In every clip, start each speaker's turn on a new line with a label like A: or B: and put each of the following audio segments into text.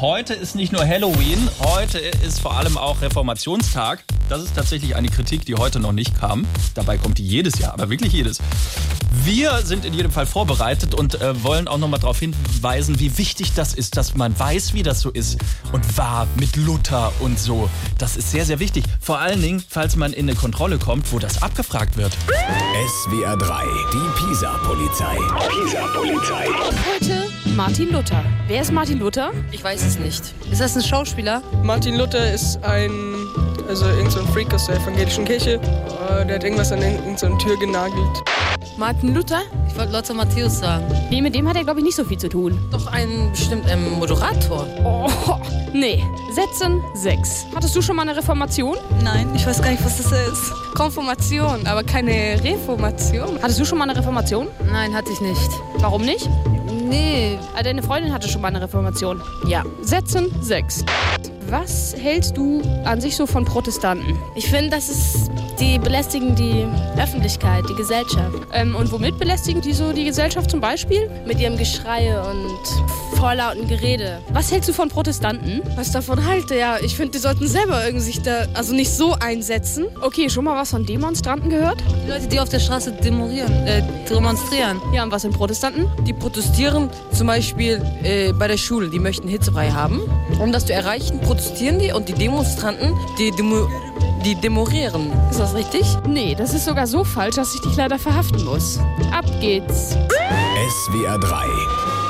A: heute ist nicht nur Halloween, heute ist vor allem auch Reformationstag. Das ist tatsächlich eine Kritik, die heute noch nicht kam. Dabei kommt die jedes Jahr, aber wirklich jedes. Wir sind in jedem Fall vorbereitet und äh, wollen auch nochmal darauf hinweisen, wie wichtig das ist, dass man weiß, wie das so ist und war mit Luther und so. Das ist sehr, sehr wichtig. Vor allen Dingen, falls man in eine Kontrolle kommt, wo das abgefragt wird.
B: SWR 3, die Pisa-Polizei. Pisa-Polizei.
C: Heute Martin Luther. Wer ist Martin Luther?
D: Ich weiß es nicht.
C: Ist das ein Schauspieler?
E: Martin Luther ist ein, also irgendein so ein Freak aus der evangelischen Kirche. Äh, Der hat irgendwas an irgendeine so eine Tür genagelt.
C: Martin Luther?
D: Ich wollte Lotte Matthäus sagen.
C: Nee, mit dem hat er, glaube ich, nicht so viel zu tun.
D: Doch ein bestimmt ein Moderator.
C: Oh, nee. Sätzen 6. Hattest du schon mal eine Reformation?
F: Nein, ich weiß gar nicht, was das ist. Konfirmation, aber keine Reformation.
C: Hattest du schon mal eine Reformation?
D: Nein, hatte ich nicht.
C: Warum nicht?
F: Nee,
C: Ah, Deine Freundin hatte schon mal eine Reformation. Ja. Sätzen 6. Was hältst du an sich so von Protestanten?
G: Ich finde, das ist, die belästigen die Öffentlichkeit, die Gesellschaft.
C: Ähm, und womit belästigen die so die Gesellschaft zum Beispiel?
G: Mit ihrem Geschrei und vorlauten Gerede.
C: Was hältst du von Protestanten?
H: was ich davon halte. Ja, ich finde, die sollten selber irgendwie sich da also nicht so einsetzen.
C: Okay, schon mal was von Demonstranten gehört?
D: Die Leute, die auf der Straße demorieren, äh, demonstrieren.
C: Ja, und was sind Protestanten?
D: Die protestieren zum Beispiel äh, bei der Schule. Die möchten hitzefrei haben. Um das zu erreichen, protestieren die und die Demonstranten, die, demo die demorieren. Ist das richtig?
C: Nee, das ist sogar so falsch, dass ich dich leider verhaften muss. Ab geht's.
B: SWR 3,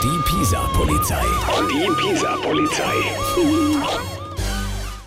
B: die Pisa-Polizei. Die Pisa-Polizei.